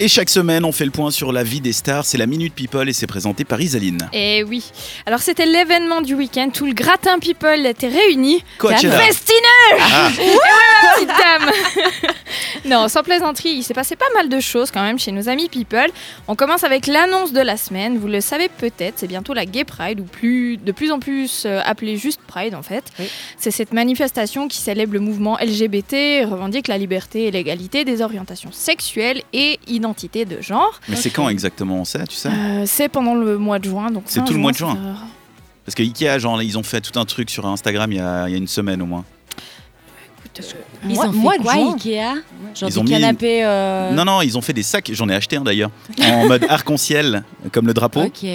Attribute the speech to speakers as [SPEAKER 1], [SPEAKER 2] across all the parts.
[SPEAKER 1] Et chaque semaine, on fait le point sur la vie des stars. C'est la Minute People et c'est présenté par Isaline.
[SPEAKER 2] Eh oui. Alors c'était l'événement du week-end. Tout le gratin people était réuni. La
[SPEAKER 1] Coachella.
[SPEAKER 2] festineuse,
[SPEAKER 1] Ah,
[SPEAKER 2] petite dame. non, sans plaisanterie, il s'est passé pas mal de choses quand même chez nos amis people. On commence avec l'annonce de la semaine. Vous le savez peut-être, c'est bientôt la Gay Pride ou plus, de plus en plus euh, appelée juste Pride en fait.
[SPEAKER 3] Oui.
[SPEAKER 2] C'est cette manifestation qui célèbre le mouvement LGBT, revendique la liberté et l'égalité des orientations sexuelles et identité de genre.
[SPEAKER 1] mais c'est quand exactement on sait, tu sais
[SPEAKER 2] Euh, c'est pendant le mois de juin, donc
[SPEAKER 1] C'est
[SPEAKER 2] fin
[SPEAKER 1] tout le mois de
[SPEAKER 2] ça
[SPEAKER 1] juin.
[SPEAKER 2] fait-
[SPEAKER 1] Parce que Ikea, genre, ils ont fait tout un truc sur Instagram il y a, il y a une semaine au moins.
[SPEAKER 3] Ils
[SPEAKER 2] euh, Moi-
[SPEAKER 3] ont fait
[SPEAKER 2] moi,
[SPEAKER 3] quoi,
[SPEAKER 2] Jean
[SPEAKER 3] Ikea Genre
[SPEAKER 1] Ils
[SPEAKER 3] des
[SPEAKER 1] ont mis-
[SPEAKER 3] canapés... euh,
[SPEAKER 1] Non, non, ils ont fait des sacs, j'en ai acheté un d'ailleurs, en mode arc-en-ciel, comme le drapeau.
[SPEAKER 3] Ok.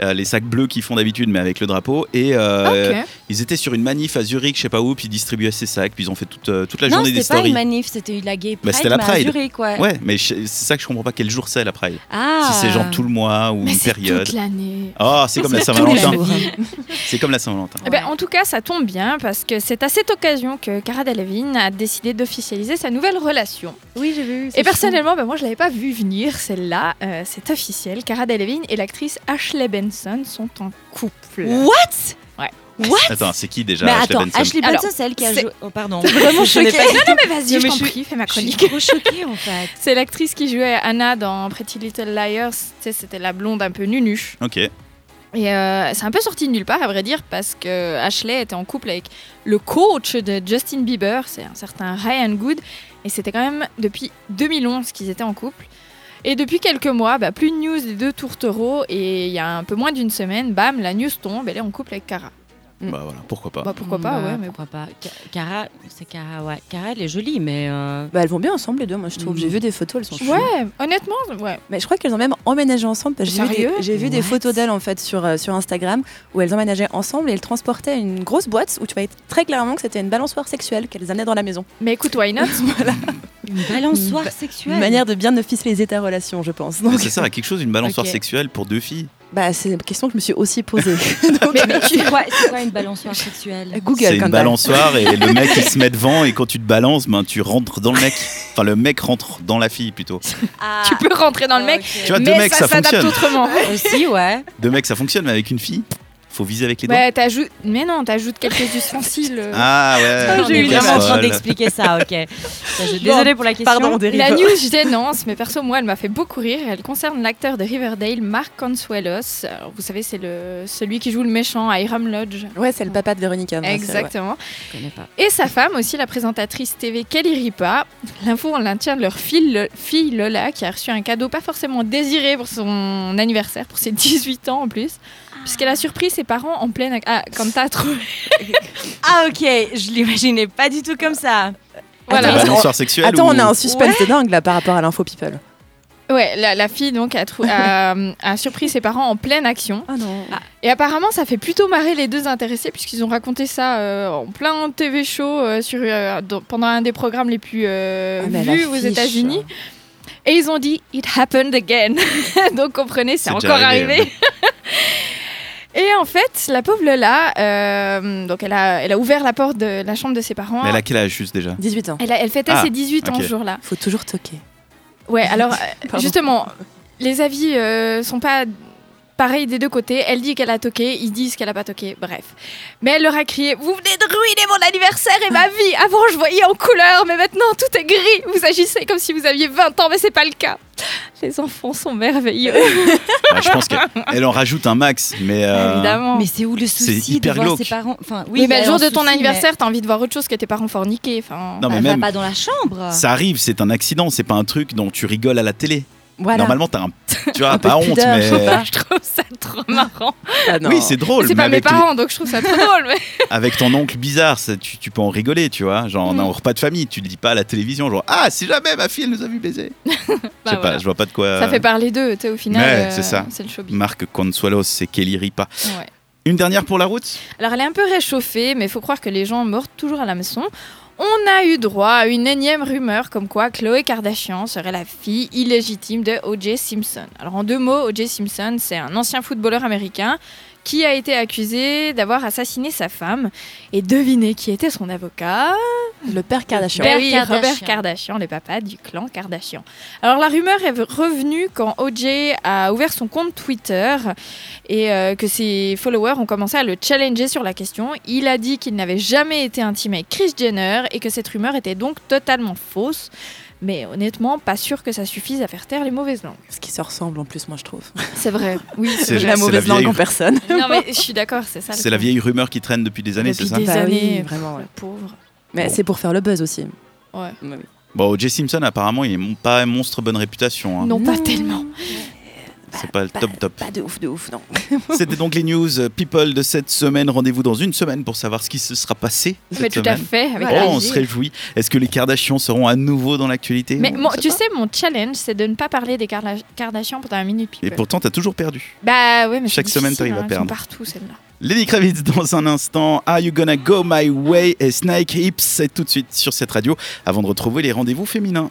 [SPEAKER 1] Euh, les sacs bleus qu'ils font d'habitude, mais avec le drapeau. Et euh,
[SPEAKER 2] Ok.
[SPEAKER 1] ils étaient sur une manif à Zurich, je sais pas où, puis ils distribuaient ces sacs, puis ils ont fait toute, euh, toute la
[SPEAKER 3] non,
[SPEAKER 1] journée des
[SPEAKER 3] c'était pas
[SPEAKER 1] stories.
[SPEAKER 3] une
[SPEAKER 1] Bah,
[SPEAKER 3] manif, c'était la gay pride.
[SPEAKER 1] c'était la
[SPEAKER 3] mais à
[SPEAKER 1] Pride.
[SPEAKER 3] Zurich, ouais.
[SPEAKER 1] Ouais, mais je- c'est ça que je comprends pas quel jour c'est la Pride.
[SPEAKER 3] Ah.
[SPEAKER 1] Si c'est genre tout le mois ou
[SPEAKER 2] Mais
[SPEAKER 1] une
[SPEAKER 2] c'est
[SPEAKER 1] période.
[SPEAKER 2] toute l'année.
[SPEAKER 1] Ah, c'est comme la
[SPEAKER 3] Tous les
[SPEAKER 1] Saint-Valentin.
[SPEAKER 3] jours.
[SPEAKER 1] C'est comme la Saint-Valentin.
[SPEAKER 2] Eh ben, en tout cas, ça tombe bien parce que c'est à cette occasion que Cara Delevingne a décidé d'officialiser sa nouvelle relation.
[SPEAKER 3] Oui, j'ai vu.
[SPEAKER 2] Et personnellement, ben, moi, je l'avais pas vu venir celle-là. Euh, c'est officiel. Cara Delevingne et l'actrice Ashley Benson sont en couple.
[SPEAKER 3] What
[SPEAKER 1] Attends, c'est qui déjà
[SPEAKER 3] Mais
[SPEAKER 1] Ashley
[SPEAKER 3] attends,
[SPEAKER 1] Benson
[SPEAKER 3] Ashley
[SPEAKER 2] Alors,
[SPEAKER 3] Benson, c'est elle qui a
[SPEAKER 2] c'est-
[SPEAKER 3] joué. Oh, pardon. Vraiment choquée.
[SPEAKER 2] Non, non, mais vas-y,
[SPEAKER 3] Non,
[SPEAKER 2] je
[SPEAKER 3] mais
[SPEAKER 2] t'en
[SPEAKER 3] je-
[SPEAKER 2] prie, fais ma
[SPEAKER 3] Je suis
[SPEAKER 2] chronique.
[SPEAKER 3] trop choquée en fait.
[SPEAKER 2] C'est l'actrice qui jouait Anna dans Pretty Little Liars. Tu sais, C'était la blonde un peu nunuche.
[SPEAKER 1] Ok.
[SPEAKER 2] Et euh, c'est un peu sorti de nulle part, à vrai dire, parce que Ashley était en couple avec le coach de Justin Bieber, c'est un certain Ryan Good, et c'était quand même depuis 2011 qu'ils étaient en couple. Et depuis quelques mois, bah, plus de news des deux tourtereaux, et il y a un peu moins d'une semaine, bam, la news tombe, elle est en couple avec Cara.
[SPEAKER 3] Mm.
[SPEAKER 1] Bah voilà, pourquoi pas.
[SPEAKER 2] Bah, pourquoi pas,
[SPEAKER 3] Bah,
[SPEAKER 2] ouais, mais
[SPEAKER 3] pourquoi pas. Ca- Cara, c'est Cara, ouais. Cara, elle est jolie, mais. euh,
[SPEAKER 4] Bah, elles vont bien ensemble les deux, moi je trouve.
[SPEAKER 3] Mm.
[SPEAKER 4] J'ai vu des photos, elles sont
[SPEAKER 2] Ouais,
[SPEAKER 4] chouettes.
[SPEAKER 2] honnêtement, ouais.
[SPEAKER 4] Mais je crois qu'elles ont même emménagé ensemble. parce que J'ai vu,
[SPEAKER 2] Sérieux
[SPEAKER 4] des, j'ai vu des
[SPEAKER 3] What
[SPEAKER 4] photos d'elles en fait sur, euh, sur Instagram où elles emménageaient ensemble et elles transportaient une grosse boîte où tu voyais très clairement que c'était une balançoire sexuelle qu'elles amenaient dans la maison.
[SPEAKER 2] Mais écoute, why not
[SPEAKER 3] Une balançoire
[SPEAKER 4] Bah,
[SPEAKER 3] sexuelle.
[SPEAKER 4] Une manière de bien officialiser ta relation, je pense.
[SPEAKER 1] Mais
[SPEAKER 4] Donc,
[SPEAKER 1] Ça sert à quelque chose, une balançoire
[SPEAKER 2] Ok.
[SPEAKER 1] sexuelle pour deux filles
[SPEAKER 4] bah, c'est une question que je me suis aussi posée. Donc,
[SPEAKER 3] Mais, mais c'est quoi, c'est quoi une balançoire sexuelle
[SPEAKER 1] C'est
[SPEAKER 4] Google,
[SPEAKER 1] une
[SPEAKER 4] quand
[SPEAKER 1] balançoire et le mec il se met devant et quand tu te balances, ben, tu rentres dans le mec. Enfin, le mec rentre dans la fille plutôt.
[SPEAKER 3] Ah,
[SPEAKER 2] Tu peux rentrer dans le mec,
[SPEAKER 3] ok.
[SPEAKER 1] Tu vois, deux
[SPEAKER 2] mais
[SPEAKER 1] mecs ça,
[SPEAKER 2] ça s'adapte
[SPEAKER 1] fonctionne.
[SPEAKER 2] autrement.
[SPEAKER 3] Aussi, ouais.
[SPEAKER 1] Deux mecs ça fonctionne, mais avec une fille, faut viser avec les doigts.
[SPEAKER 2] Ouais, Bah, t'ajoutes... Mais non, t'ajoutes quelques ustensiles. euh,
[SPEAKER 1] Ah ouais.
[SPEAKER 3] Ah,
[SPEAKER 2] j'ai
[SPEAKER 3] j'ai
[SPEAKER 2] eu
[SPEAKER 3] eu
[SPEAKER 2] la
[SPEAKER 3] vraiment en train
[SPEAKER 1] Folle.
[SPEAKER 3] d'expliquer ça, ok. Ça, je- Désolée pour la question.
[SPEAKER 4] Pardon, on dérive.
[SPEAKER 2] La news gênante, mais perso, moi, elle m'a fait beaucoup rire. Elle concerne l'acteur de Riverdale, Mark Consuelos. Alors, vous savez, c'est le, celui qui joue le méchant à Hiram Lodge.
[SPEAKER 4] Ouais, Ah, c'est le papa de Véronica. Mars, ouais.
[SPEAKER 2] Exactement.
[SPEAKER 3] Je connais pas.
[SPEAKER 2] Et sa femme aussi, la présentatrice TV Kelly Ripa. L'info, on la tient de leur fille, Lo- fille Lola, qui a reçu un cadeau pas forcément désiré pour son anniversaire, pour ses 18 ans en plus. Puisqu'elle a surpris ses parents en pleine... Ah, comme t'as trouvé.
[SPEAKER 3] Ah, ok, je l'imaginais pas du tout comme ça.
[SPEAKER 1] La
[SPEAKER 2] Voilà.
[SPEAKER 4] Attends,
[SPEAKER 1] balançoire sexuelle
[SPEAKER 4] Attends,
[SPEAKER 1] ou-
[SPEAKER 4] on a un suspense de dingue là par rapport à l'info people.
[SPEAKER 2] Ouais, la, la fille, donc, a, trou- a- a surpris ses parents en pleine action.
[SPEAKER 4] Ah non.
[SPEAKER 2] Et apparemment, ça fait plutôt marrer les deux intéressés, puisqu'ils ont raconté ça euh, en plein TV show euh, sur, euh, dans- pendant un des programmes les plus euh,
[SPEAKER 4] Ah,
[SPEAKER 2] vus aux États-Unis.
[SPEAKER 4] hein.
[SPEAKER 2] Et ils ont dit It happened again. Donc comprenez, c'est
[SPEAKER 1] C'est
[SPEAKER 2] encore
[SPEAKER 1] déjà
[SPEAKER 2] arrivé.
[SPEAKER 1] arrivé, hein.
[SPEAKER 2] Et en fait, la pauvre Lola, euh, donc elle a, elle a ouvert la porte de la chambre de ses parents.
[SPEAKER 1] Mais elle a quel âge juste déjà
[SPEAKER 4] 18 ans.
[SPEAKER 2] Elle a- elle fêtait
[SPEAKER 1] Ah,
[SPEAKER 2] ses 18 ans
[SPEAKER 1] ok.
[SPEAKER 2] ce jour-là.
[SPEAKER 4] Faut toujours toquer.
[SPEAKER 2] Ouais, alors euh,
[SPEAKER 4] Pardon.
[SPEAKER 2] justement, les avis euh, sont pas pareils des deux côtés. Elle dit qu'elle a toqué, ils disent qu'elle a pas toqué, bref. Mais elle leur a crié Vous venez de ruiner mon anniversaire et ma vie Avant, je voyais en couleur, mais maintenant tout est gris. Vous agissez comme si vous aviez 20 ans, mais c'est pas le cas. Les enfants sont merveilleux,
[SPEAKER 1] Ouais, Bah, Je pense qu'elle en rajoute un max, mais. euh,
[SPEAKER 2] évidemment.
[SPEAKER 3] Mais c'est où le
[SPEAKER 1] C'est
[SPEAKER 3] souci de
[SPEAKER 1] hyper
[SPEAKER 3] voir
[SPEAKER 1] glauque.
[SPEAKER 3] ses parents Enfin,
[SPEAKER 2] oui,
[SPEAKER 3] oui,
[SPEAKER 2] mais le
[SPEAKER 3] il y a
[SPEAKER 2] jour
[SPEAKER 3] un
[SPEAKER 2] de ton
[SPEAKER 3] souci, mais
[SPEAKER 2] anniversaire, t'as envie de voir autre chose que tes parents forniqués. Enfin,
[SPEAKER 1] Non, mais
[SPEAKER 3] Elle
[SPEAKER 1] même.
[SPEAKER 3] va pas dans la chambre.
[SPEAKER 1] Ça arrive, c'est un accident, c'est pas un truc dont tu rigoles à la télé.
[SPEAKER 4] Voilà.
[SPEAKER 1] Normalement, t'as un. Tu vois,
[SPEAKER 4] Ah Un peu
[SPEAKER 1] pas
[SPEAKER 4] de
[SPEAKER 1] honte,
[SPEAKER 4] pudeur, je sais
[SPEAKER 1] mais.
[SPEAKER 4] pas.
[SPEAKER 2] je trouve ça trop marrant.
[SPEAKER 4] Ah non.
[SPEAKER 1] Oui, c'est drôle. mais
[SPEAKER 2] C'est pas mes
[SPEAKER 1] avec les-
[SPEAKER 2] parents, donc je trouve ça trop drôle. mais-
[SPEAKER 1] avec ton oncle bizarre, ça, tu, tu peux en rigoler, tu vois. Genre, on a
[SPEAKER 2] Mm.
[SPEAKER 1] un repas de famille, tu le dis pas à la télévision, genre, ah, si jamais ma fille, elle nous a vu baiser. je
[SPEAKER 2] Bah,
[SPEAKER 1] sais
[SPEAKER 2] voilà.
[SPEAKER 1] pas, je vois pas de quoi.
[SPEAKER 2] Ça fait parler d'eux, tu sais, au final.
[SPEAKER 1] Ouais,
[SPEAKER 2] euh,
[SPEAKER 1] c'est ça.
[SPEAKER 2] le showbiz.
[SPEAKER 1] Marc Consuelos et Kelly Ripa.
[SPEAKER 2] Ouais.
[SPEAKER 1] Une dernière pour la route
[SPEAKER 2] Alors elle est un peu réchauffée, mais faut croire que les gens mordent toujours à la maison. On a eu droit à une énième rumeur comme quoi Chloé Kardashian serait la fille illégitime de O.J. Simpson. Alors en deux mots, O.J. Simpson, c'est un ancien footballeur américain qui a été accusé d'avoir assassiné sa femme. Et devinez qui était son avocat
[SPEAKER 4] Le père Kardashian.
[SPEAKER 2] Ben
[SPEAKER 5] Robert
[SPEAKER 2] oui,
[SPEAKER 5] Kardashian.
[SPEAKER 2] Robert Kardashian, le papa du clan Kardashian. Alors la rumeur est revenue quand OJ a ouvert son compte Twitter et euh, que ses followers ont commencé à le challenger sur la question. Il a dit qu'il n'avait jamais été intime avec Kris Jenner et que cette rumeur était donc totalement fausse. Mais honnêtement, pas sûr que ça suffise à faire taire les mauvaises langues.
[SPEAKER 4] Ce qui se ressemble en plus, moi, je trouve.
[SPEAKER 2] C'est vrai, oui.
[SPEAKER 1] C'est-
[SPEAKER 4] la mauvaise
[SPEAKER 1] la vieille-
[SPEAKER 4] langue en personne.
[SPEAKER 2] Non mais je suis d'accord, c'est ça. le
[SPEAKER 1] C'est la
[SPEAKER 2] truc.
[SPEAKER 1] vieille rumeur qui traîne depuis des années, c'est
[SPEAKER 2] Depuis
[SPEAKER 1] ça
[SPEAKER 2] des années,
[SPEAKER 4] Bah vraiment. ouais.
[SPEAKER 2] Le pauvre.
[SPEAKER 4] Mais
[SPEAKER 1] Bon.
[SPEAKER 4] c'est pour faire le buzz aussi.
[SPEAKER 2] Ouais.
[SPEAKER 1] Bon, O.J. Simpson, apparemment, il est mon- pas un monstre bonne réputation. hein.
[SPEAKER 2] Non, pas tellement.
[SPEAKER 1] C'est pas le
[SPEAKER 4] pas-
[SPEAKER 1] top top.
[SPEAKER 4] Pas de ouf, de ouf, non.
[SPEAKER 1] C'était donc les news euh, People de cette semaine. Rendez-vous dans une semaine pour savoir ce qui se sera passé cette
[SPEAKER 2] Mais tout à
[SPEAKER 1] semaine.
[SPEAKER 2] fait. Avec
[SPEAKER 1] Oh, on
[SPEAKER 2] plaisir.
[SPEAKER 1] se réjouit. Est-ce que les Kardashians seront à nouveau dans l'actualité
[SPEAKER 2] Mais
[SPEAKER 1] On
[SPEAKER 2] mon-
[SPEAKER 1] sait
[SPEAKER 2] tu
[SPEAKER 1] pas.
[SPEAKER 2] sais, mon challenge, c'est de ne pas parler des Karla- Kardashians pendant un minute
[SPEAKER 1] Et
[SPEAKER 2] people.
[SPEAKER 1] pourtant, t'as toujours perdu.
[SPEAKER 2] Bah ouais, mais c'est
[SPEAKER 1] Chaque semaine,
[SPEAKER 2] difficile,
[SPEAKER 1] t'arrives à
[SPEAKER 2] hein, elles sont
[SPEAKER 1] perdre.
[SPEAKER 2] partout celles-là.
[SPEAKER 1] Lenny Kravitz dans un instant. Are you gonna go my way? Et Snake Hips, c'est tout de suite sur cette radio avant de retrouver les rendez-vous féminins.